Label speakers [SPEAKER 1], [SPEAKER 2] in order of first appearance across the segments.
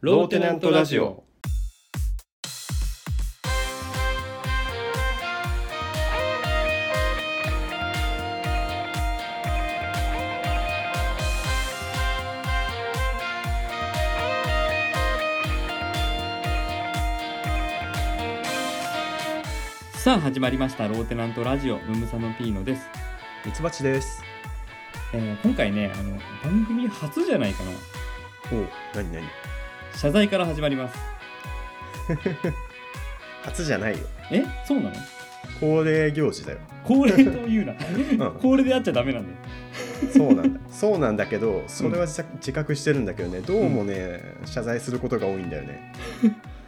[SPEAKER 1] ローテナントラジオ。
[SPEAKER 2] さあ始まりましたローテナントラジオムムサノピーノです、
[SPEAKER 3] ミツバチです。
[SPEAKER 2] えー今回ねあの番組初じゃないかな
[SPEAKER 3] おう、なになに
[SPEAKER 2] 謝罪から始まります
[SPEAKER 3] 初じゃないよ。
[SPEAKER 2] えそうなの
[SPEAKER 3] 恒例行 事だよ。
[SPEAKER 2] 恒例というな
[SPEAKER 3] うん
[SPEAKER 2] 恒例であっちゃダメなんだよ
[SPEAKER 3] そうなんだ。そうなんだけど、それは自,、自覚してるんだけどね、どうもね、謝罪することが多いんだよ ね。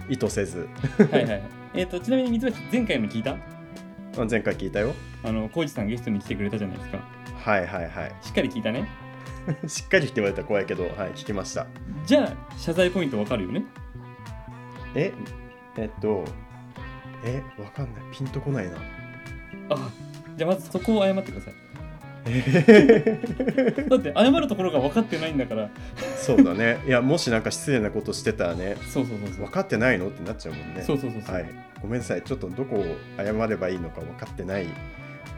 [SPEAKER 3] 意図せず。
[SPEAKER 2] はいはいえっとちなみに三橋前回の聞いた
[SPEAKER 3] あ前回聞いたよ。
[SPEAKER 2] あの浩二さんゲストに来てくれたじゃないですか
[SPEAKER 3] はいはいは
[SPEAKER 2] しっかり聞いたね
[SPEAKER 3] い。 しっかり聞いてもらえたら怖いけど、はい、聞きました。
[SPEAKER 2] じゃあ謝罪ポイントわかるよね
[SPEAKER 3] え、えっと、え、わかんない。ピンとこ ないな。
[SPEAKER 2] あじゃあまずそこを謝ってください
[SPEAKER 3] えー
[SPEAKER 2] だって謝るところが分かってないんだから
[SPEAKER 3] そうだね。いや、もしなんか失礼なことしてたらね、
[SPEAKER 2] そうそうそうそう
[SPEAKER 3] 分かってないのってなっちゃうもんね。
[SPEAKER 2] そうそうそうそう、
[SPEAKER 3] はい、ごめんなさい、ちょっとどこを謝ればいいのか分かってない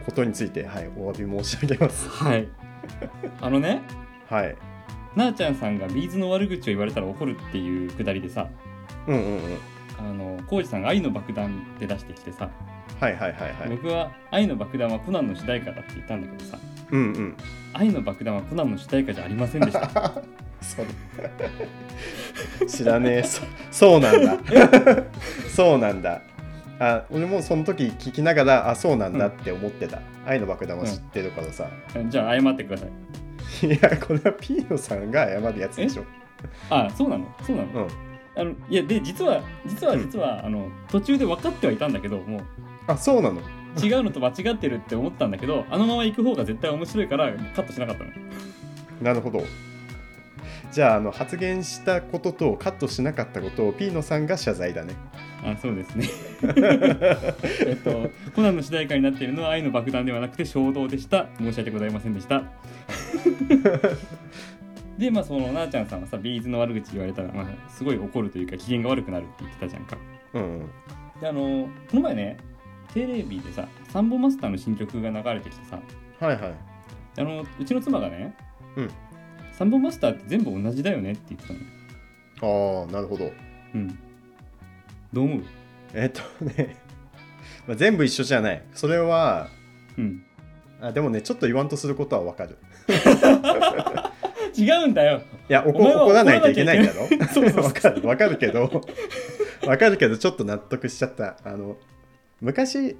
[SPEAKER 3] ことについて、はい、お詫び申し上げます。
[SPEAKER 2] はい、あのね
[SPEAKER 3] はい、
[SPEAKER 2] なあちゃんさんがビーズの悪口を言われたら怒るっていうくだりでさ
[SPEAKER 3] うんうんうん、
[SPEAKER 2] あの浩二さんが「愛の爆弾」って出してきてさ、
[SPEAKER 3] はいはいはいはい、
[SPEAKER 2] 僕は「愛の爆弾はコナンの主題歌だ」って言ったんだけどさ
[SPEAKER 3] うんうん、
[SPEAKER 2] 「愛の爆弾はコナンの主題歌じゃありませんでした」
[SPEAKER 3] そう 知らねえ、そそうなんだ、 そうなんだ。あ俺もその時聞きながらあそうなんだって思ってた、愛の爆弾は知ってるからさ、
[SPEAKER 2] じゃあ謝ってください
[SPEAKER 3] いやこれはピーノさんが謝るやつでしょ
[SPEAKER 2] あそうなのそうなの,、
[SPEAKER 3] うん
[SPEAKER 2] あのいやで実は実は
[SPEAKER 3] うん
[SPEAKER 2] 実は、あの途中で分かってはいたんだけどもう
[SPEAKER 3] あそうなの
[SPEAKER 2] 違うのと間違ってるって思ったんだけどあのまま行く方が絶対面白いからカットしなかったの
[SPEAKER 3] なるほど。じゃああの発言したこととカットしなかったことをピーノさんが謝罪だね。
[SPEAKER 2] あそうです ねえっとコナンの主題歌になっているのは愛の爆弾ではなくて衝動でした申し訳ございませんでした でまあそのなあちゃんさんはさビーズの悪口言われたら、まあ、すごい怒るというか機嫌が悪くなるって言ってたじゃんか
[SPEAKER 3] うんうん。
[SPEAKER 2] であのこの前ねテレビでさサンボマスターの新曲が流れてきてさ
[SPEAKER 3] はいはい。
[SPEAKER 2] あのうちの妻がね、
[SPEAKER 3] うん
[SPEAKER 2] サンボマスターって全部同じだよねって言ってたのよ
[SPEAKER 3] ああなるほど。
[SPEAKER 2] うんどう思う
[SPEAKER 3] えっとね、 まあ、全部一緒じゃない。それは
[SPEAKER 2] うん
[SPEAKER 3] あでもねちょっと言わんとすることはわかる。
[SPEAKER 2] 違うんだよ
[SPEAKER 3] いや怒
[SPEAKER 2] お前は
[SPEAKER 3] 怒らないといけないだろ。
[SPEAKER 2] そうそうそう
[SPEAKER 3] わかるわかるけどわかるけどちょっと納得しちゃった。あの昔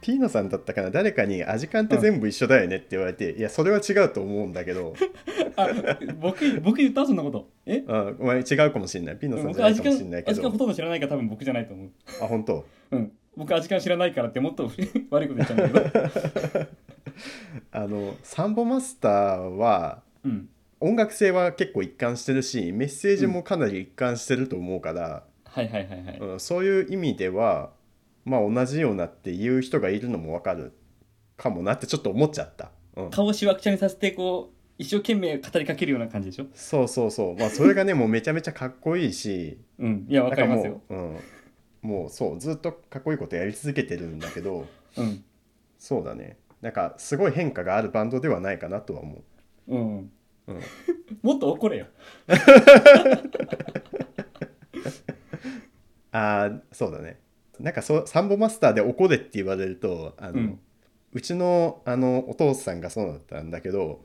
[SPEAKER 3] ピーノさんだったかな誰かに「アジカンって全部一緒だよね」って言われて、いやそれは違うと思うんだけど、
[SPEAKER 2] あ僕僕言ったそんなことえ
[SPEAKER 3] うん、お前違うかもしれないピーノさんじ
[SPEAKER 2] 僕
[SPEAKER 3] ゃな
[SPEAKER 2] ア
[SPEAKER 3] い
[SPEAKER 2] ジ
[SPEAKER 3] か
[SPEAKER 2] カン
[SPEAKER 3] もしれないけ
[SPEAKER 2] アジ
[SPEAKER 3] ど
[SPEAKER 2] カンほとんど知らないから多分僕じゃないと思う
[SPEAKER 3] あ本当
[SPEAKER 2] うん僕アジカン知らないからってもっと悪いこと言っちゃうんだ けど
[SPEAKER 3] あのサンボマスターは
[SPEAKER 2] うん
[SPEAKER 3] 音楽性は結構一貫してるしメッセージもかなり一貫してると思うから、
[SPEAKER 2] はいはいはいはい、
[SPEAKER 3] うんそういう意味ではまあ同じようなっていう人がいるのもわかるかもなってちょっと思っちゃった、うん、
[SPEAKER 2] 顔をしわくちゃにさせてこう一生懸命語りかけるような感じでしょ
[SPEAKER 3] そうそうそうまあそれがねもうめちゃめちゃかっこいいし
[SPEAKER 2] うんいやわ
[SPEAKER 3] だ
[SPEAKER 2] か
[SPEAKER 3] か
[SPEAKER 2] り
[SPEAKER 3] ら
[SPEAKER 2] ます
[SPEAKER 3] も
[SPEAKER 2] よ
[SPEAKER 3] う、うん、もうそうずっとかっこいいことやり続けてるんだけど
[SPEAKER 2] うん
[SPEAKER 3] そうだねなんかすごい変化があるバンドではないかなとは思う
[SPEAKER 2] うん、
[SPEAKER 3] うん
[SPEAKER 2] もっと怒れよ
[SPEAKER 3] ああそうだねなんかそサンボマスターで怒れって言われるとあの、
[SPEAKER 2] う
[SPEAKER 3] うんちのあのお父さんがそうだったんだけど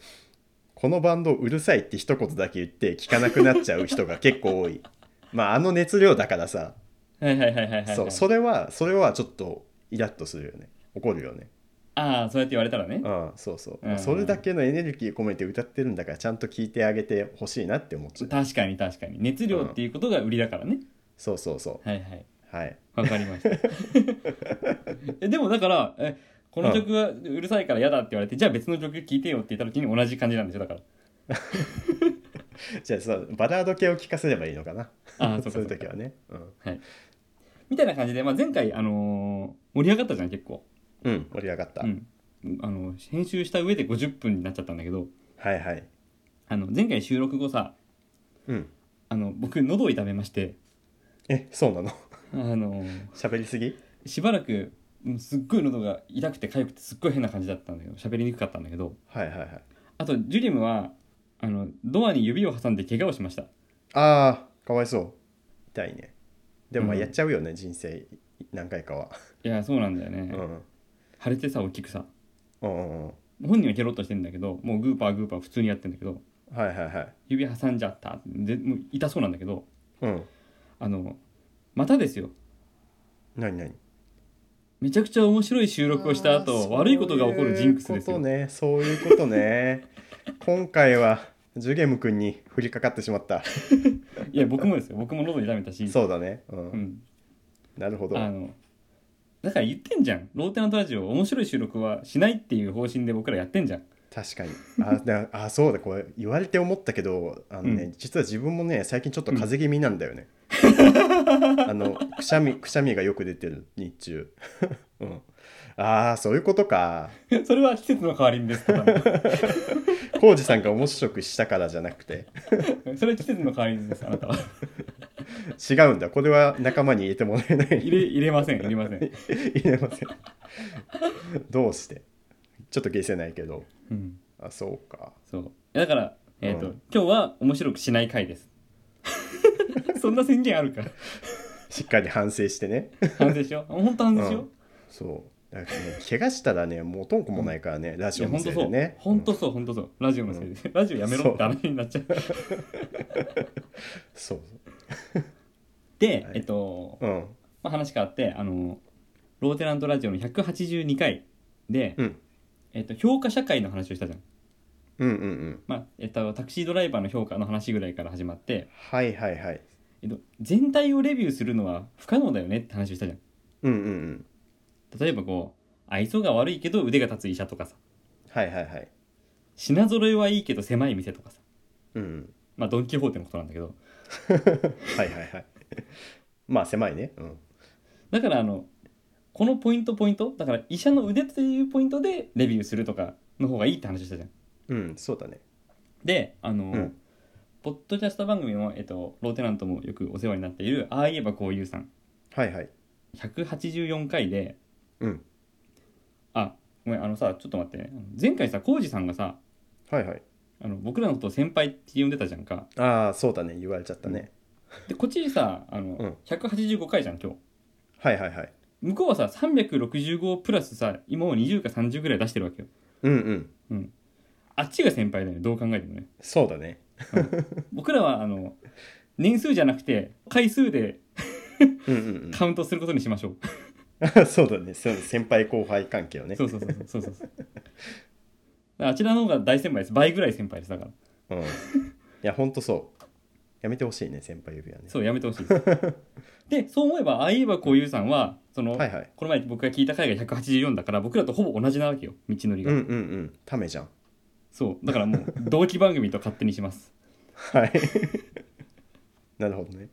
[SPEAKER 3] このバンドうるさいって一言だけ言って聞かなくなっちゃう人が結構多い まああの熱量だからさ、
[SPEAKER 2] はいはいはいはいはい、はい、
[SPEAKER 3] そうそれはそれはちょっとイラッとするよね怒るよね
[SPEAKER 2] ああそうやって言われたらね
[SPEAKER 3] うんそうそう、
[SPEAKER 2] うん
[SPEAKER 3] それだけのエネルギー込めて歌ってるんだからちゃんと聞いてあげてほしいなって思っちゃう
[SPEAKER 2] 確かに確かに熱量っていうことが売りだからね、
[SPEAKER 3] そうそうそ
[SPEAKER 2] はいはいう
[SPEAKER 3] はい
[SPEAKER 2] わかりました えでもだからえこの曲はうるさいから嫌だって言われて、じゃあ別の曲聴いてよって言った時に同じ感じなんでしょだから
[SPEAKER 3] じゃあそうバラード系を聞かせればいいのかな
[SPEAKER 2] ああそうか
[SPEAKER 3] そういう
[SPEAKER 2] そう
[SPEAKER 3] 時
[SPEAKER 2] か
[SPEAKER 3] はね、うん、
[SPEAKER 2] みたいな感じで、まあ、前回、あのー盛り上がったじゃん結構、
[SPEAKER 3] うん盛り上がった、
[SPEAKER 2] うんあの編集した上で50分になっちゃったんだけど
[SPEAKER 3] はいはい。
[SPEAKER 2] あの前回収録後さ
[SPEAKER 3] うん。
[SPEAKER 2] ああの僕喉を痛めまして
[SPEAKER 3] えそうなの
[SPEAKER 2] あの
[SPEAKER 3] 喋りすぎ
[SPEAKER 2] しばらくうんすっごい喉が痛くて痒くてすっごい変な感じだったんだけど喋りにくかったんだけど
[SPEAKER 3] はいはいはい
[SPEAKER 2] あとジュリムはあのドアに指を挟んで怪我をしました
[SPEAKER 3] あーかわいそう痛いねでもまあ
[SPEAKER 2] うん
[SPEAKER 3] やっちゃうよね、人生何回かは、
[SPEAKER 2] いやそうなんだよね、
[SPEAKER 3] うん
[SPEAKER 2] 腫れてさ大きくさ
[SPEAKER 3] うんうんうん
[SPEAKER 2] 本人はケロッとしてんだけどもうグーパーグーパー普通にやってんだけど
[SPEAKER 3] はいはいはい
[SPEAKER 2] 指挟んじゃったでもう痛そうなんだけど
[SPEAKER 3] うん
[SPEAKER 2] あのまたですよ
[SPEAKER 3] 何何
[SPEAKER 2] めちゃくちゃ面白い収録をした
[SPEAKER 3] あー
[SPEAKER 2] 後悪いことが起こるジンクスですよ、
[SPEAKER 3] そういうことねそういうことね 今回はジュゲム君に降りかかってしまった
[SPEAKER 2] いや僕もですよ僕も喉痛めたし
[SPEAKER 3] そうだねうん、
[SPEAKER 2] うん、
[SPEAKER 3] なるほど
[SPEAKER 2] あのだから言ってんじゃんローテナントラジオ面白い収録はしないっていう方針で僕らやってんじゃん
[SPEAKER 3] 確かにあだあそうだこれ言われて思ったけどあのね、
[SPEAKER 2] うん
[SPEAKER 3] 実は自分もね最近ちょっと風邪気味なんだよ ね、あのくしゃみくしゃみがよく出てる日中、 うん、ああそういうことか
[SPEAKER 2] それは季節の変わり目ですから、
[SPEAKER 3] 浩二さんが面白くしたからじゃなくて
[SPEAKER 2] それは季節の変わり目ですあなた は
[SPEAKER 3] 違うんだこれは仲間に入れてもらえない
[SPEAKER 2] 入れ入れません入れません、
[SPEAKER 3] 入れませんどうしてちょっと消せないけど
[SPEAKER 2] うん、
[SPEAKER 3] あそうか
[SPEAKER 2] そうだからえっ、と、
[SPEAKER 3] うん
[SPEAKER 2] 今日は面白くしない回です そんな宣言あるか
[SPEAKER 3] しっかり反省してね
[SPEAKER 2] 反省しよう本当反省しよ
[SPEAKER 3] うん
[SPEAKER 2] う、
[SPEAKER 3] そうだからね怪我したらね元も子もないからね、ラ
[SPEAKER 2] い
[SPEAKER 3] ジ
[SPEAKER 2] や
[SPEAKER 3] オの
[SPEAKER 2] 本当
[SPEAKER 3] せい
[SPEAKER 2] そ
[SPEAKER 3] で
[SPEAKER 2] う、
[SPEAKER 3] ね
[SPEAKER 2] 本当そう本当そうラジオのせいで、ラジオやめろって話になっちゃう
[SPEAKER 3] うんそう
[SPEAKER 2] で、
[SPEAKER 3] はい
[SPEAKER 2] えっと、
[SPEAKER 3] うん
[SPEAKER 2] まあ、話変わってあのローテナントラジオの182回で、
[SPEAKER 3] うん
[SPEAKER 2] えっと、評価社会の話をしたじゃん、
[SPEAKER 3] うんうんうん
[SPEAKER 2] まあえっと、タクシードライバーの評価の話ぐらいから始まって、
[SPEAKER 3] はいはいはい
[SPEAKER 2] えっと、全体をレビューするのは不可能だよねって話をしたじゃん
[SPEAKER 3] うんうんうん
[SPEAKER 2] 例えばこう愛想が悪いけど腕が立つ医者とかさ
[SPEAKER 3] はいはいはい
[SPEAKER 2] 品揃えはいいけど狭い店とかさ
[SPEAKER 3] うんうん
[SPEAKER 2] まあドン・キホーテのことなんだけど
[SPEAKER 3] はいはいはい まあ狭いねうん
[SPEAKER 2] だからあのこのポイントポイントだから医者の腕というポイントでレビューするとかの方がいいって話をしたじゃん
[SPEAKER 3] うんそうだね
[SPEAKER 2] であの、
[SPEAKER 3] うん
[SPEAKER 2] ポッドキャスト番組の、えっと、ローテナントもよくお世話になっている「ああ言えばこういうさん
[SPEAKER 3] はいはい」
[SPEAKER 2] 184回で
[SPEAKER 3] うん
[SPEAKER 2] あごめんあのさちょっと待ってねあの前回さ浩二さんがさ
[SPEAKER 3] はいはい
[SPEAKER 2] あの僕らのことを先輩って呼んでたじゃんか
[SPEAKER 3] ああそうだね言われちゃったね、
[SPEAKER 2] でこっちさあの、
[SPEAKER 3] うん
[SPEAKER 2] 185回じゃん今日
[SPEAKER 3] はいはいはい
[SPEAKER 2] 向こうはさ365プラスさ今も20か30ぐらい出してるわけよ
[SPEAKER 3] うんうん
[SPEAKER 2] あっちが先輩だよねどう考えてもね
[SPEAKER 3] そうだね
[SPEAKER 2] 僕らはあの年数じゃなくて回数で
[SPEAKER 3] うんうん
[SPEAKER 2] カウントすることにしましょう
[SPEAKER 3] うん そうだねそう先輩後輩関係をね
[SPEAKER 2] そうそうそうそうそうそうそう。あちらの方が大先輩です。倍ぐらい先輩です。だから。
[SPEAKER 3] うん、いやほんとそうやめてほしいね先輩指輪ね
[SPEAKER 2] そう、やめてほしい です。で、そう思えば、ああ言えばこういうさんは、その、
[SPEAKER 3] はいはい
[SPEAKER 2] この前僕が聞いた回が184だから、僕らとほぼ同じなわけよ。道のり
[SPEAKER 3] う
[SPEAKER 2] が。
[SPEAKER 3] んうんうんためじゃん
[SPEAKER 2] そう。だからもう、 同期番組と勝手にします。
[SPEAKER 3] はい なるほどね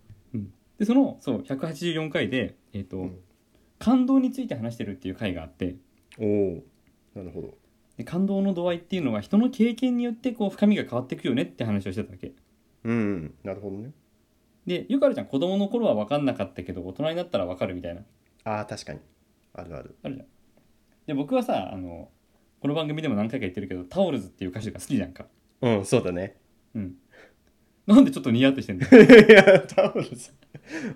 [SPEAKER 2] で、その、そう、184回で、えっ、と、
[SPEAKER 3] うん
[SPEAKER 2] 感動について話してるっていう回があって、
[SPEAKER 3] おおなるほど
[SPEAKER 2] で感動の度合いっていうのは人の経験によってこう深みが変わっていくよねって話をしてたわけ
[SPEAKER 3] うん、うん、なるほどね
[SPEAKER 2] でよくあるじゃん子供の頃は分かんなかったけど大人になったら分かるみたいな
[SPEAKER 3] あー確かにあるある
[SPEAKER 2] あるじゃんで僕はさあのこの番組でも何回か言ってるけどタオルズっていう歌手が好きじゃんか
[SPEAKER 3] うんそうだね
[SPEAKER 2] うんなんでちょっとニヤってしてんの
[SPEAKER 3] いやタオルズ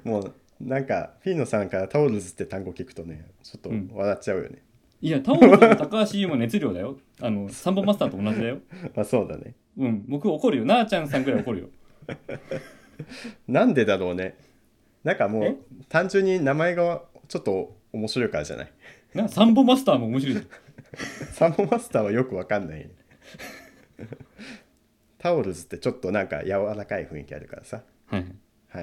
[SPEAKER 3] もうなんかフィーノさんからタオルズって単語聞くとねちょっと
[SPEAKER 2] うん
[SPEAKER 3] 笑っちゃうよね、
[SPEAKER 2] いやタオルズの高橋優も熱量だよあのサンボマスターと同じだよ
[SPEAKER 3] まあそうだね
[SPEAKER 2] うん僕怒るよなあちゃんさんぐらい怒るよ
[SPEAKER 3] なんでだろうねなんかも
[SPEAKER 2] え
[SPEAKER 3] う単純に名前がちょっと面白いからじゃない
[SPEAKER 2] なサンボマスターも面白いじゃん
[SPEAKER 3] サンボマスターはよくわかんない、 ね、タオルズってちょっとなんか柔らかい雰囲気あるからさ
[SPEAKER 2] はいは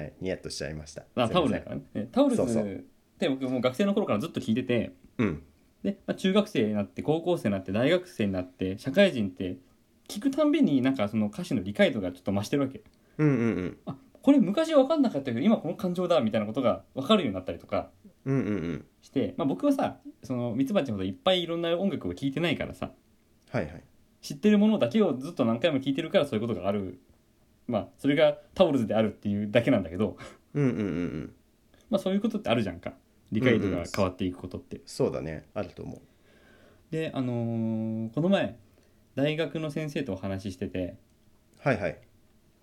[SPEAKER 2] い
[SPEAKER 3] はいニヤッとしちゃいました
[SPEAKER 2] あ
[SPEAKER 3] すい
[SPEAKER 2] タ
[SPEAKER 3] ません
[SPEAKER 2] オルズだからねえタオルズ
[SPEAKER 3] そうそう
[SPEAKER 2] って僕もう学生の頃からずっと聞いてて
[SPEAKER 3] うん
[SPEAKER 2] で、まあ、中学生になって高校生になって大学生になって社会人って聞くたんびになんかその歌詞の理解度がちょっと増してるわけ
[SPEAKER 3] うんうんうん
[SPEAKER 2] あこれ昔分かんなかったけど今この感情だみたいなことが分かるようになったりとか
[SPEAKER 3] うんうんうん
[SPEAKER 2] して、まあ、僕はさそのミツバチのこといっぱいいろんな音楽を聴いてないからさ
[SPEAKER 3] はいはい
[SPEAKER 2] 知ってるものだけをずっと何回も聴いてるからそういうことがあるまあそれがタオルズであるっていうだけなんだけど
[SPEAKER 3] うんうんうんうん
[SPEAKER 2] まあそういうことってあるじゃんか理解度が変わっていくことって、
[SPEAKER 3] そうだねあると思う
[SPEAKER 2] であのーこの前大学の先生とお話ししてて
[SPEAKER 3] はいはい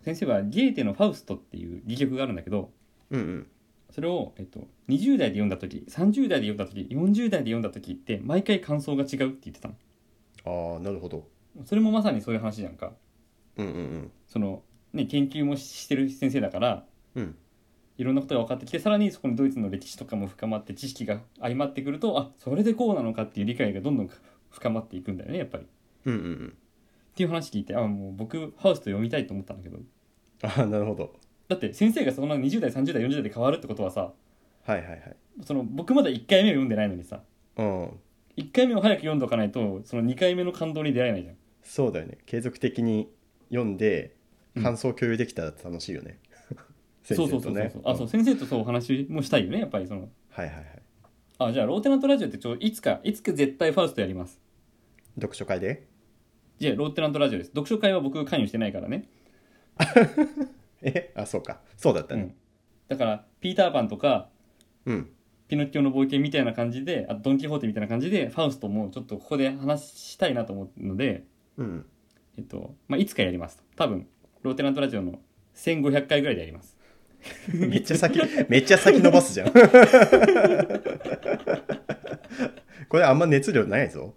[SPEAKER 2] 先生はゲーテの「ファウスト」っていう戯曲があるんだけど
[SPEAKER 3] うんうん
[SPEAKER 2] それを、えっと、20代で読んだ時30代で読んだ時40代で読んだ時って毎回感想が違うって言ってたの
[SPEAKER 3] ああなるほど
[SPEAKER 2] それもまさにそういう話じゃんか
[SPEAKER 3] うんうん
[SPEAKER 2] その、ね、研究もしてる先生だから
[SPEAKER 3] うんうん
[SPEAKER 2] いろんなことが分かってきてさらにそこにドイツの歴史とかも深まって知識が相まってくるとあそれでこうなのかっていう理解がどんどん深まっていくんだよねやっぱり。っ
[SPEAKER 3] うんうんうん
[SPEAKER 2] ていう話聞いてあもう僕ハウスと読みたいと思ったんだけど
[SPEAKER 3] ああなるほど
[SPEAKER 2] だって先生がその20代30代40代で変わるってことはさ
[SPEAKER 3] はいはいはい
[SPEAKER 2] その僕まだ1回目を読んでないのにさ
[SPEAKER 3] うん
[SPEAKER 2] 1回目を早く読んどかないとその2回目の感動に出会えないじゃん。
[SPEAKER 3] そうだよね継続的に読んで
[SPEAKER 2] うん
[SPEAKER 3] 感想を共有できたら楽しいよ ね、先
[SPEAKER 2] そう
[SPEAKER 3] 生
[SPEAKER 2] そうそう
[SPEAKER 3] と
[SPEAKER 2] そう
[SPEAKER 3] ね
[SPEAKER 2] そうあそうん先生とそうお話もしたいよねやっぱりその
[SPEAKER 3] はいはいはい
[SPEAKER 2] あじゃあローテナントラジオってちょいつかいつか絶対ファウストやります
[SPEAKER 3] 読書会で
[SPEAKER 2] じゃあローテナントラジオです読書会は僕関与してないからね、
[SPEAKER 3] えあそうかそうだった
[SPEAKER 2] う
[SPEAKER 3] ね
[SPEAKER 2] んだからピーターパンとか
[SPEAKER 3] うん、
[SPEAKER 2] ピノッキオの冒険みたいな感じであとドン・キホーテみたいな感じでファウストもちょっとここで話したいなと思うので、
[SPEAKER 3] うん、
[SPEAKER 2] えっとまあ、いつかやります多分ローテナントラジオの1500回ぐらいでやります
[SPEAKER 3] めっちゃ先 めっちゃ先伸ばすじゃん これあんま熱量ないぞ、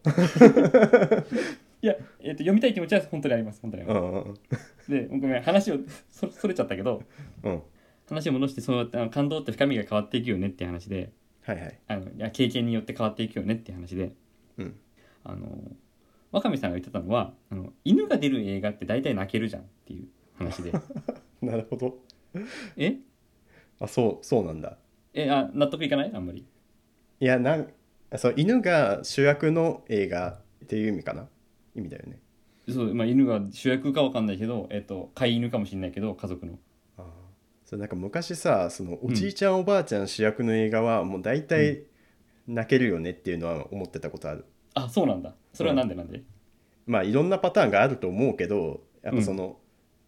[SPEAKER 2] いや、えっと、読みたい気持ちは本当にあります本当にあ
[SPEAKER 3] う
[SPEAKER 2] りま
[SPEAKER 3] んうん
[SPEAKER 2] す、でごめん話をそそれちゃったけど
[SPEAKER 3] うん、はい
[SPEAKER 2] 話を戻してそうやってあの感動って深みが変わっていくよねっていう話で
[SPEAKER 3] はい
[SPEAKER 2] あのいや経験によって変わっていくよねっていう話で
[SPEAKER 3] うん
[SPEAKER 2] あの若見さんが言ってたのはあの犬が出る映画って大体泣けるじゃんっていう話 で
[SPEAKER 3] なるほど
[SPEAKER 2] え
[SPEAKER 3] あそうそうなんだ
[SPEAKER 2] えあ納得いかないあんまり
[SPEAKER 3] いやなんそう犬が主役の映画っていう意味かな意味だよね
[SPEAKER 2] そう、まあ、犬が主役かわかんないけど、えっと飼い犬かもしれないけど家族の
[SPEAKER 3] ああそうなんか昔さそのおじいちゃんおばあちゃん主役の映画はもう大体泣けるよねっていうのは思ってたことある
[SPEAKER 2] あそうなんだそれはなんでなんで、
[SPEAKER 3] まあいろんなパターンがあると思うけどやっぱその、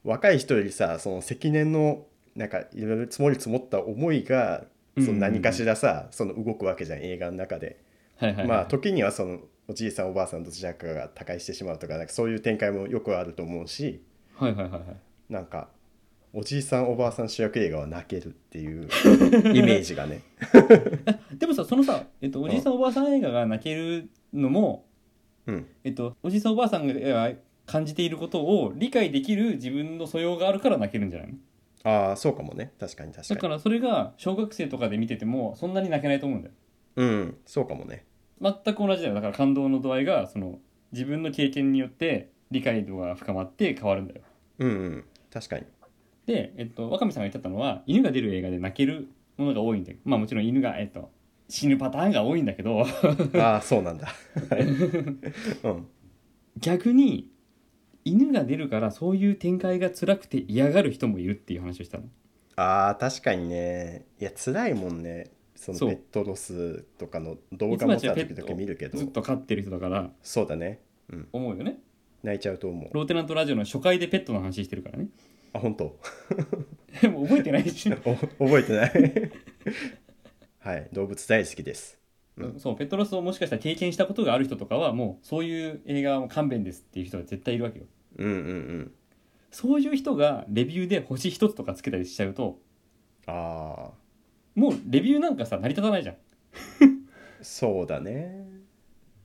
[SPEAKER 3] 若い人よりさその積年のなんかいろいろ積もり積もった思いが
[SPEAKER 2] うん
[SPEAKER 3] そ
[SPEAKER 2] う
[SPEAKER 3] の
[SPEAKER 2] んうん
[SPEAKER 3] 何かしらさ、その動くわけじゃん映画の中で、
[SPEAKER 2] はいはいはい、
[SPEAKER 3] まあ時にはそのおじいさんおばあさんどちらかが他界してしまうとかなんかそういう展開もよくあると思うし
[SPEAKER 2] はいはいはいはい
[SPEAKER 3] なんかおじいさんおばあさん主役映画は泣けるっ ていうイメージがね
[SPEAKER 2] でもさそのさ、えっとおじいさんおばあさん映画が泣けるのも、
[SPEAKER 3] うん
[SPEAKER 2] えっとおじいさんおばあさんが感じていることを理解できる自分の素養があるから泣けるんじゃないの
[SPEAKER 3] ああそうかもね確かに確か
[SPEAKER 2] だ
[SPEAKER 3] に
[SPEAKER 2] からそれが小学生とかで見ててもそんなに泣けないと思うんだよ
[SPEAKER 3] うんそうかもね
[SPEAKER 2] 全く同じだよだから感動の度合いがその自分の経験によって理解度が深まって変わるんだよ
[SPEAKER 3] うんうん確かに
[SPEAKER 2] で、えっと、若見さんが言ってたのは犬が出る映画で泣けるものが多いんだよまあもちろん犬が、えっと、死ぬパターンが多いんだけど
[SPEAKER 3] ああそうなんだはいうん
[SPEAKER 2] 逆に犬が出るからそういう展開が辛くて嫌がる人もいるっていう話をしたの
[SPEAKER 3] あー確かにねいや辛いもんねそのペ
[SPEAKER 2] そう
[SPEAKER 3] ットロスとかの動画もさ
[SPEAKER 2] いつまでペ
[SPEAKER 3] 時
[SPEAKER 2] ット
[SPEAKER 3] 々見るけど
[SPEAKER 2] ずっと飼ってる人だから
[SPEAKER 3] そうだねうん
[SPEAKER 2] 思うよね
[SPEAKER 3] 泣いちゃうと思う
[SPEAKER 2] ローテナントラジオの初回でペットの話してるからね
[SPEAKER 3] あ本当
[SPEAKER 2] もう覚えてないし
[SPEAKER 3] お覚えてないはい動物大好きですうん
[SPEAKER 2] そうペットロスをもしかしたら経験したことがある人とかはもうそういう映画はもう勘弁ですっていう人は絶対いるわけよ
[SPEAKER 3] うんうんうん
[SPEAKER 2] そういう人がレビューで星一つとかつけたりしちゃうと
[SPEAKER 3] あ
[SPEAKER 2] もうレビューなんかさ成り立たないじゃん
[SPEAKER 3] あそうだね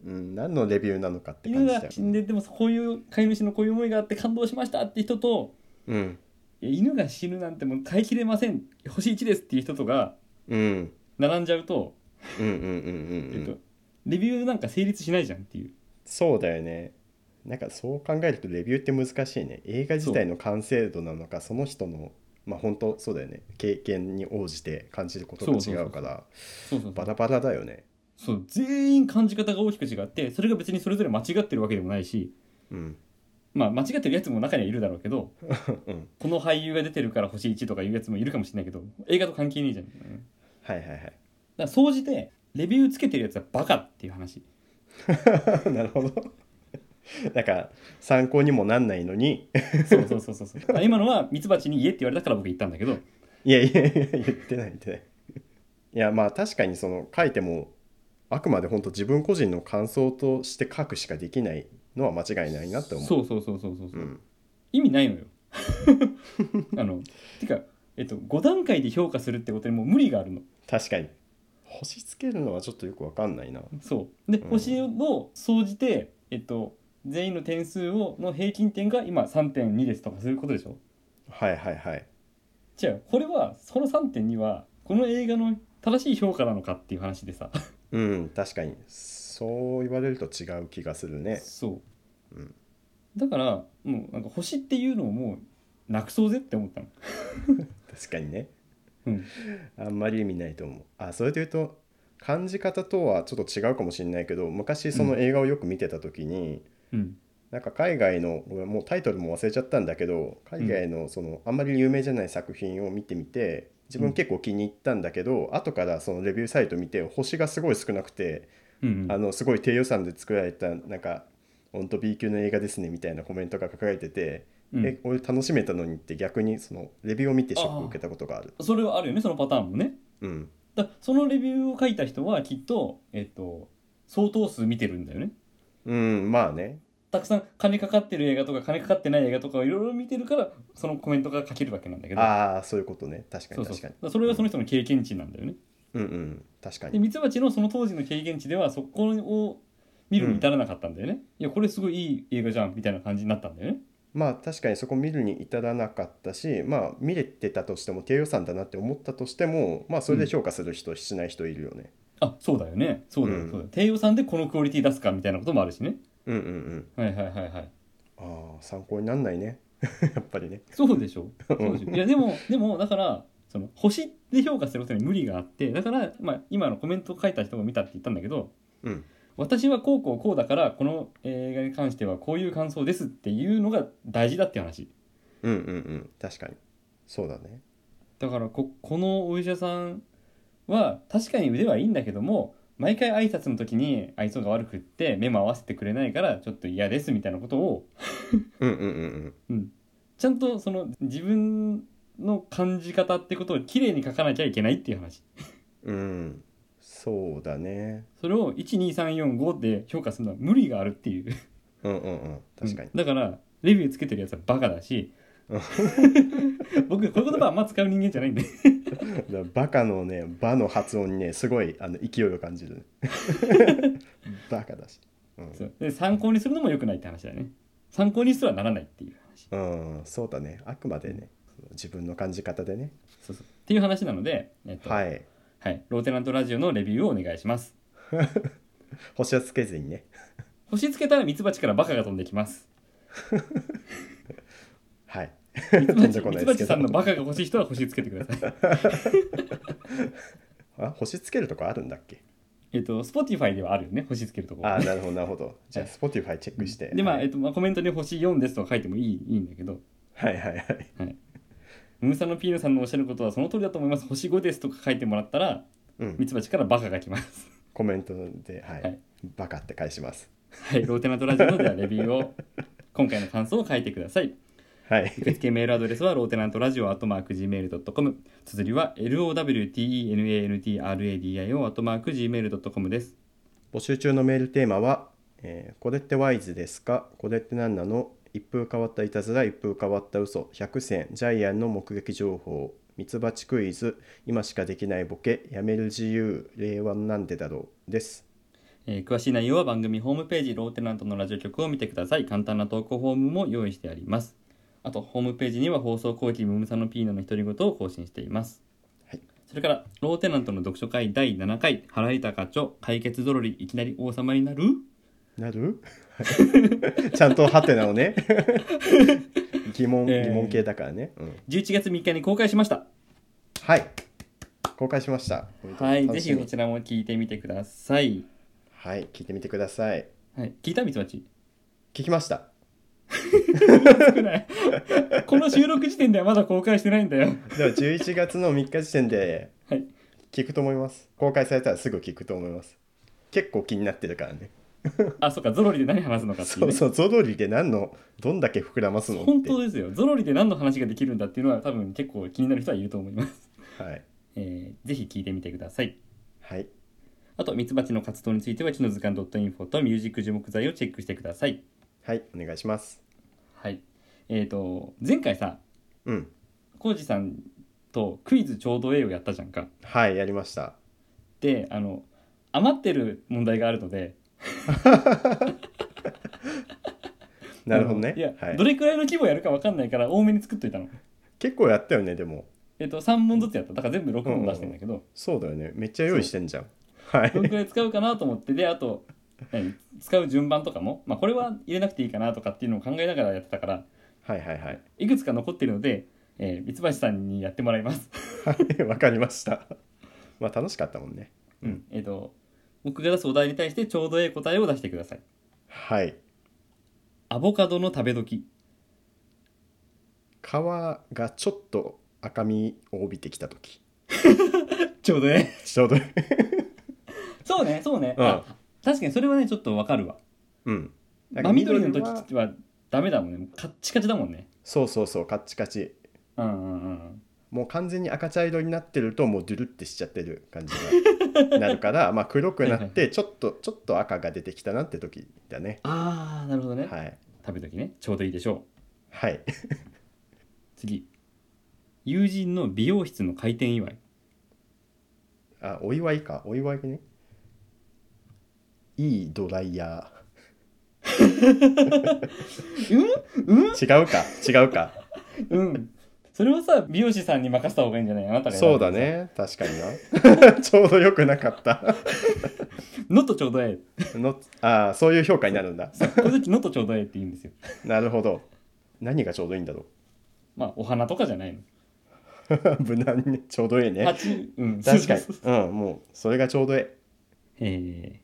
[SPEAKER 3] うん何のレビューなのかって
[SPEAKER 2] 犬
[SPEAKER 3] 感じだ
[SPEAKER 2] が
[SPEAKER 3] よ
[SPEAKER 2] 死んででもこういう飼い主のこういう思いがあって感動しましたって人と
[SPEAKER 3] うん
[SPEAKER 2] いや犬が死ぬなんてもう飼いきれません星1ですっていう人とか
[SPEAKER 3] うん
[SPEAKER 2] 並んじゃうと、
[SPEAKER 3] うんうんうんうんう
[SPEAKER 2] えっ
[SPEAKER 3] ん
[SPEAKER 2] と、レビューなんか成立しないじゃんっていう
[SPEAKER 3] そうだよねなんかそう考えるとレビューって難しいね映画自体の完成度なのかその人のまあ本当そうだよね経験に応じて感じることが違うから
[SPEAKER 2] そうそうそ
[SPEAKER 3] バ
[SPEAKER 2] う
[SPEAKER 3] ラバラだよね
[SPEAKER 2] そう全員感じ方が大きく違ってそれが別にそれぞれ間違ってるわけでもないし
[SPEAKER 3] うん
[SPEAKER 2] まあ間違ってるやつも中にはいるだろうけど
[SPEAKER 3] うん
[SPEAKER 2] この俳優が出てるから星1とかいうやつもいるかもしれないけど映画と関係ねえじゃん、だ
[SPEAKER 3] はいはいはい
[SPEAKER 2] から総じてレビューつけてるやつはバカっていう話
[SPEAKER 3] なるほど なんか参考にもなんないのに
[SPEAKER 2] そうそうそうそうそうだから今のはミツバチに言えって言われたから僕言ったんだけど
[SPEAKER 3] いやいやいや言ってない言ってないいやまあ確かにその書いてもあくまで本当自分個人の感想として書くしかできないのは間違いないなって思う
[SPEAKER 2] そうそうそうそうそうそう、
[SPEAKER 3] うん
[SPEAKER 2] 意味ないのよ あのてかえっと5段階で評価するってことにもう無理があるの
[SPEAKER 3] 確かに星つけるのはちょっとよくわかんないな
[SPEAKER 2] そうで、
[SPEAKER 3] うん
[SPEAKER 2] 星を総じてえっと全員の点数をの平均点が今3.2ですとかそういうことでしょ
[SPEAKER 3] はいはいはい
[SPEAKER 2] じゃあこれはその3.2はこの映画の正しい評価なのかっていう話でさ
[SPEAKER 3] うん確かにそう言われると違う気がするね
[SPEAKER 2] そう、
[SPEAKER 3] うん
[SPEAKER 2] だからもうなんか星っていうのをもうなくそうぜって思ったの
[SPEAKER 3] 確かにね、
[SPEAKER 2] うん
[SPEAKER 3] あんまり意味ないと思うあそれで言うと感じ方とはちょっと違うかもしれないけど昔その映画をよく見てた時に、
[SPEAKER 2] うん
[SPEAKER 3] なんか海外のごめんもうタイトルも忘れちゃったんだけど海外のそのあんまり有名じゃない作品を見てみて自分結構気に入ったんだけど、後からそのレビューサイト見て星がすごい少なくて、
[SPEAKER 2] うんうん
[SPEAKER 3] あのすごい低予算で作られたなんかほんと B 級の映画ですねみたいなコメントが書かれてて、
[SPEAKER 2] うん
[SPEAKER 3] え俺楽しめたのにって逆にそのレビューを見てショックを受けたことがある
[SPEAKER 2] それはあるよねそのパターンもね
[SPEAKER 3] うん
[SPEAKER 2] だそのレビューを書いた人はきっとえっと相当数見てるんだよね
[SPEAKER 3] うんまあね
[SPEAKER 2] たくさん金かかってる映画とか金かかってない映画とかをいろいろ見てるからそのコメントが書けるわけなんだけど
[SPEAKER 3] ああそういうことね確か
[SPEAKER 2] そ
[SPEAKER 3] に
[SPEAKER 2] うそう
[SPEAKER 3] 確か
[SPEAKER 2] だ
[SPEAKER 3] に
[SPEAKER 2] からそれはその人の経験値なんだよね、
[SPEAKER 3] うんうん確か
[SPEAKER 2] で
[SPEAKER 3] に
[SPEAKER 2] ミツバチのその当時の経験値ではそこを見るに至らなかったんだよね、いやこれすごいいい映画じゃんみたいな感じになったんだよね
[SPEAKER 3] まあ確かにそこ見るに至らなかったしまあ見れてたとしても低予算だなって思ったとしてもまあそれで評価する人、しない人いるよね
[SPEAKER 2] あそうだよねそうだよ、
[SPEAKER 3] うん
[SPEAKER 2] そうだよ低予算でこのクオリティ出すかみたいなこともあるしね
[SPEAKER 3] うんうんうん
[SPEAKER 2] はいはいはいはい
[SPEAKER 3] ああ参考になんないね やっぱりね
[SPEAKER 2] そうでしょ
[SPEAKER 3] うん
[SPEAKER 2] そうでしょいやでもでもだからその星で評価することに無理があってだから、まあ、今のコメントを書いた人が見たって言ったんだけど
[SPEAKER 3] うん
[SPEAKER 2] 私はこうこうこうだからこの映画に関してはこういう感想ですっていうのが大事だっていう話
[SPEAKER 3] うんうんうん確かにそうだね
[SPEAKER 2] だからここのお医者さんは確かに腕はいいんだけども毎回挨拶の時に愛想が悪くって目も合わせてくれないからちょっと嫌ですみたいなことを
[SPEAKER 3] うんうんうんうん
[SPEAKER 2] ちゃんとその自分の感じ方ってことを綺麗に書かなきゃいけないっていう話
[SPEAKER 3] うん、そうだね。
[SPEAKER 2] それを12345で評価するのは無理があるっていう
[SPEAKER 3] うんうんうん、確かに
[SPEAKER 2] う。ん だからレビューつけてるやつはバカだ し
[SPEAKER 3] う
[SPEAKER 2] 僕こういう言葉あんま使う人間じゃないんで
[SPEAKER 3] だからバカのね、バの発音にね、すごいあの勢いを感じ る、ね。バカだし。うん
[SPEAKER 2] そうで参考にするのも良くないって話だよね参考にすらならないっていう話、
[SPEAKER 3] うん、そうだね。あくまでね、自分の感じ方でね。
[SPEAKER 2] そうそうっていう話なので、えっと
[SPEAKER 3] はいい。
[SPEAKER 2] はい、ローテナントラジオのレビューをお願いします
[SPEAKER 3] 星はつけずにね。
[SPEAKER 2] 星つけたらミツバチからバカが飛んできます
[SPEAKER 3] はい。
[SPEAKER 2] ミツバ
[SPEAKER 3] んで
[SPEAKER 2] チ
[SPEAKER 3] こ
[SPEAKER 2] ミ
[SPEAKER 3] ない
[SPEAKER 2] ツバ
[SPEAKER 3] ですけ
[SPEAKER 2] チ
[SPEAKER 3] ど
[SPEAKER 2] さんのバカが欲しい人は星つけてください
[SPEAKER 3] あ、星つけるとこあるんだっけ
[SPEAKER 2] えっと Spotify ではあるよね星つけるところ
[SPEAKER 3] あー、なるほど、なるほど。 じゃあ、Spotify チェックして。
[SPEAKER 2] でまあ、
[SPEAKER 3] は
[SPEAKER 2] え
[SPEAKER 3] い
[SPEAKER 2] っとまあ、コメントに星4ですとか書いてもいいいいんだけど
[SPEAKER 3] はいはいはい。
[SPEAKER 2] ムーさんのピーノさんのおっしゃることはその通りだと思います星5ですとか書いてもらったら
[SPEAKER 3] う
[SPEAKER 2] ミ
[SPEAKER 3] ん、
[SPEAKER 2] ツバチからバカが来ます
[SPEAKER 3] コメントで、は
[SPEAKER 2] はいい。
[SPEAKER 3] バカって返します。
[SPEAKER 2] はい、ローテナントラジオのではレビューを今回の感想を書いてください。
[SPEAKER 3] はい。
[SPEAKER 2] 受付メールアドレスはローテナントラジオアットマーク Gmail.com 綴りは LOWTENANTRADIO アットマーク Gmail.com です。
[SPEAKER 3] 募集中のメールテーマは、えーこれってワイズですかこれって何なの一風変わったいたずら一風変わった嘘100選ジャイアンの目撃情報ミツバチクイズ今しかできないボケやめる自由令和なんでだろうです
[SPEAKER 2] えー詳しい内容は番組ホームページローテナントのラジオ局を見てください。簡単な投稿フォームも用意してあります。あと、ホームページには放送後期ムムサのピーノの独り言を更新しています。
[SPEAKER 3] はい
[SPEAKER 2] それから、ローテナントの読書会第7回、払いた課長、解決ぞろり、いきなり王様になる
[SPEAKER 3] なる ちゃんとハテナをね 疑問
[SPEAKER 2] えー
[SPEAKER 3] 疑問系だからね、うん
[SPEAKER 2] ?11 月3日に公開しました。
[SPEAKER 3] はい公開しました
[SPEAKER 2] はい、ぜ
[SPEAKER 3] 楽し
[SPEAKER 2] ひ
[SPEAKER 3] み
[SPEAKER 2] こちらも聞いてみてください。
[SPEAKER 3] はい聞いてみてください
[SPEAKER 2] はい、聞いたミツバチ。
[SPEAKER 3] 聞きました
[SPEAKER 2] 少ない。この収録時点ではまだ公開してないんだ よ。
[SPEAKER 3] では11月の3日時点で
[SPEAKER 2] はい
[SPEAKER 3] 聞くと思います公開されたらすぐ聞くと思います結構気になってるからね
[SPEAKER 2] あそっかゾロリで何話すのかっていう,、
[SPEAKER 3] そ
[SPEAKER 2] ね、
[SPEAKER 3] うそうゾロリで何のどんだけ膨らますのって
[SPEAKER 2] 本当ですよゾロリで何の話ができるんだっていうのは多分結構気になる人はいると思います、
[SPEAKER 3] はい、
[SPEAKER 2] えー、ぜひ聞いてみてください
[SPEAKER 3] はい、
[SPEAKER 2] あとミツバチの活動については木の図鑑 .info とミュージック樹木材をチェックしてください
[SPEAKER 3] はい、お願いします
[SPEAKER 2] はいえー、と前回さ
[SPEAKER 3] うん
[SPEAKER 2] 浩二さんとクイズちょうどええをやったじゃんか
[SPEAKER 3] はいやりました
[SPEAKER 2] であの余ってる問題があるので
[SPEAKER 3] なるほど
[SPEAKER 2] あ
[SPEAKER 3] ね
[SPEAKER 2] のいや、
[SPEAKER 3] はい
[SPEAKER 2] ど、れくらいの規模やるか分かんないから多めに作っといたの
[SPEAKER 3] 結構やったよねでも
[SPEAKER 2] えっ、と3問ずつやっただから全部6問出してんだけど、
[SPEAKER 3] そうだよねめっちゃ用意してんじゃんはい
[SPEAKER 2] どんくらい使うかなと思ってであと何使う順番とかも、まあ、これは入れなくていいかなとかっていうのを考えながらやってたから
[SPEAKER 3] はいはいはい
[SPEAKER 2] いくつか残ってるので、えー、三橋さんにやってもらいます、
[SPEAKER 3] はいわかりましたまあ楽しかったもんね
[SPEAKER 2] うんえっと僕が出すお題に対してちょうどええ答えを出してください
[SPEAKER 3] はい
[SPEAKER 2] アボカドの食べ時
[SPEAKER 3] 皮がちょっと赤みを帯びてきた時
[SPEAKER 2] ちょうどええ
[SPEAKER 3] ちょうどいい
[SPEAKER 2] そうねそうね、
[SPEAKER 3] うん
[SPEAKER 2] あ確かにそれはねちょっとわかるわ
[SPEAKER 3] うん
[SPEAKER 2] 真緑の時
[SPEAKER 3] は
[SPEAKER 2] はダメだもんねカッチカチだもんね
[SPEAKER 3] そうそうそうカッチカチ
[SPEAKER 2] うんうんうん
[SPEAKER 3] もう完全に赤茶色になってるともうドゥルってしちゃってる感じがな るからまあ黒くな
[SPEAKER 2] はい
[SPEAKER 3] っ
[SPEAKER 2] は
[SPEAKER 3] てちょっとちょっと赤が出てきたなって時だね
[SPEAKER 2] ああなるほどね、
[SPEAKER 3] はい
[SPEAKER 2] 食べ時ねちょうどいいでしょう
[SPEAKER 3] はい
[SPEAKER 2] 次友人の美容室の開店祝い
[SPEAKER 3] あお祝いかお祝いねいいドライヤ
[SPEAKER 2] うんうん
[SPEAKER 3] ー違うか違うか
[SPEAKER 2] うん。それはさ、美容師さんに任せた方がいいんじゃないあなたが。
[SPEAKER 3] そうだ。ね確かにな ちょうどよくなかった
[SPEAKER 2] のとちょうどえ
[SPEAKER 3] のあーそういう評価になるんだ
[SPEAKER 2] え。さこういう時のとちょうどええって言うんですよ。
[SPEAKER 3] なるほど何がちょうどいいんだろ
[SPEAKER 2] まあ、お花とかじゃないの。
[SPEAKER 3] う 無難にちょうどいいね
[SPEAKER 2] 鉢うん、
[SPEAKER 3] 確かに
[SPEAKER 2] そうそうそう
[SPEAKER 3] うんもうそれがちょうどいい
[SPEAKER 2] えー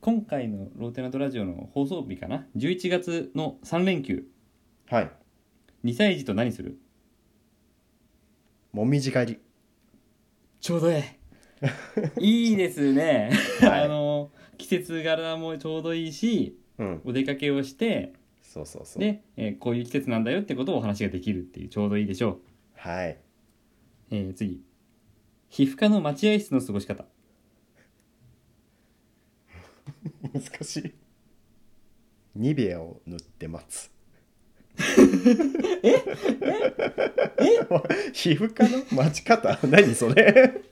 [SPEAKER 2] 今回のローテナントラジオの放送日かな。11月の3連休。
[SPEAKER 3] はい
[SPEAKER 2] 2歳児と何する
[SPEAKER 3] もみじ狩り
[SPEAKER 2] ちょうどええ。 いいですね。
[SPEAKER 3] はい
[SPEAKER 2] あの、季節柄もちょうどいいし、
[SPEAKER 3] うん
[SPEAKER 2] お出かけをして、
[SPEAKER 3] そうそうそう
[SPEAKER 2] で、えーこういう季節なんだよってことをお話ができるっていう、ちょうどいいでしょう。
[SPEAKER 3] はい
[SPEAKER 2] えー次皮膚科の待合室の過ごし方
[SPEAKER 3] 難しいニベアを塗って待つえええ 皮膚科の待ち方何それ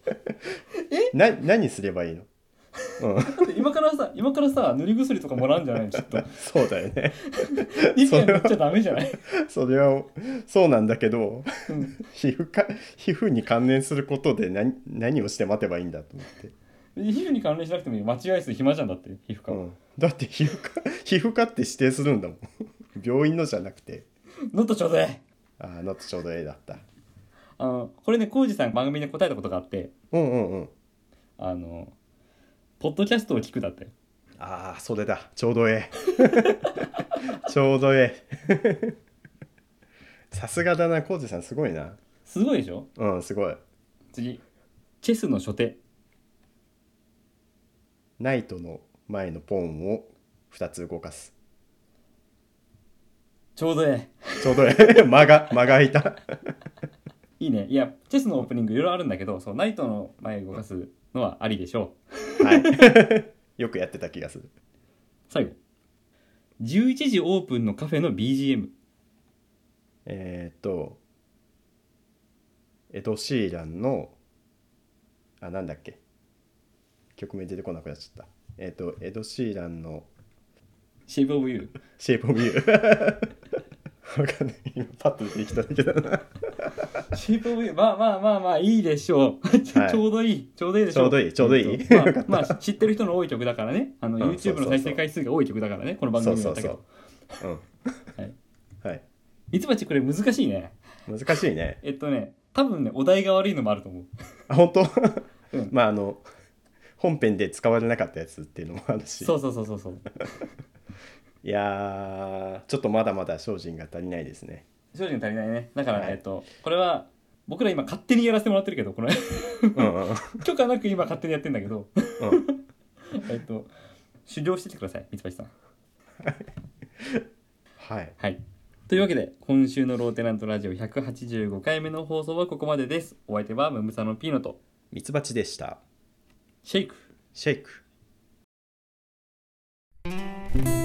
[SPEAKER 3] な何すればいいのうん
[SPEAKER 2] 今からさ今からさ塗り薬とかもらうんじゃないちょっ と
[SPEAKER 3] そうだよね
[SPEAKER 2] ニベア
[SPEAKER 3] それ
[SPEAKER 2] 塗
[SPEAKER 3] は
[SPEAKER 2] っちゃダメじゃない
[SPEAKER 3] それはそうなんだけど
[SPEAKER 2] うん
[SPEAKER 3] 皮膚科皮膚に関連することで何何をして待てばいいんだと思って、
[SPEAKER 2] 皮膚に関連しなくてもいい待合室暇じゃんだって皮膚科、
[SPEAKER 3] うん、だって皮膚科皮膚科って指定するんだもん病院のじゃなくて
[SPEAKER 2] のっとちょうだい
[SPEAKER 3] ああなとちょうどええだった
[SPEAKER 2] あのこれね浩二さん番組で答えたことがあって
[SPEAKER 3] うんうんうん
[SPEAKER 2] あのポッドキャストを聞くだって
[SPEAKER 3] ああそれだちょうどえ えちょうどえ えさすがだな浩二さんすごいな
[SPEAKER 2] すごいでしょ
[SPEAKER 3] うんすごい
[SPEAKER 2] 次チェスの初手
[SPEAKER 3] ナイトの前のポーンを2つ動かす
[SPEAKER 2] ちょうどええ
[SPEAKER 3] ちょうどええ 間が間が空いた
[SPEAKER 2] いいねいやチェスのオープニングいろいろあるんだけどそうナイトの前動かすのはありでしょう
[SPEAKER 3] はい よくやってた気がする
[SPEAKER 2] 最後11時オープンのカフェの BGM
[SPEAKER 3] えー、っとエド・シーランのあなんだっけ曲名出てこなくなっちゃったえー、っとエド・シーランの
[SPEAKER 2] シェイプオブユー
[SPEAKER 3] シェイプオ ブユー。わかんない。今パッと出てきたんだけどな。
[SPEAKER 2] シェイプオブユーまあまあまあまあいいでしょうちょ
[SPEAKER 3] はい
[SPEAKER 2] ちょうどいいちょうどいいでしょ
[SPEAKER 3] ちょうどいいちょうどいい
[SPEAKER 2] んまあ、まあ、知ってる人の多い曲だからねあの
[SPEAKER 3] うん
[SPEAKER 2] YouTube の再生回数が多い曲だからねこの番
[SPEAKER 3] そう
[SPEAKER 2] 組だ
[SPEAKER 3] そ
[SPEAKER 2] ったけ
[SPEAKER 3] うそう
[SPEAKER 2] ど。
[SPEAKER 3] うん。
[SPEAKER 2] はい。
[SPEAKER 3] はい。
[SPEAKER 2] ミツバチこれ難しいね
[SPEAKER 3] 難しいね。
[SPEAKER 2] えっとね多分ねお題が悪いのもあると思う
[SPEAKER 3] あ、本当
[SPEAKER 2] うん。
[SPEAKER 3] まああの本編で使われなかったやつっていうのもあるし。
[SPEAKER 2] そうそうそうそうそう
[SPEAKER 3] いやー、ちょっとまだまだ精進が足りないで すね。
[SPEAKER 2] 正直足りないねだから、
[SPEAKER 3] はい
[SPEAKER 2] えっとこれは僕ら今勝手にやらせてもらってるけどこれ
[SPEAKER 3] うんうん。
[SPEAKER 2] 許可なく今勝手にやってんだけど
[SPEAKER 3] う ん
[SPEAKER 2] えっと修行してってください三橋さん
[SPEAKER 3] はい
[SPEAKER 2] はいというわけで今週のローテナントラジオ185回目の放送はここまでですお相手はムムサノピーノと
[SPEAKER 3] ミツバチでした
[SPEAKER 2] シェイク
[SPEAKER 3] シェイク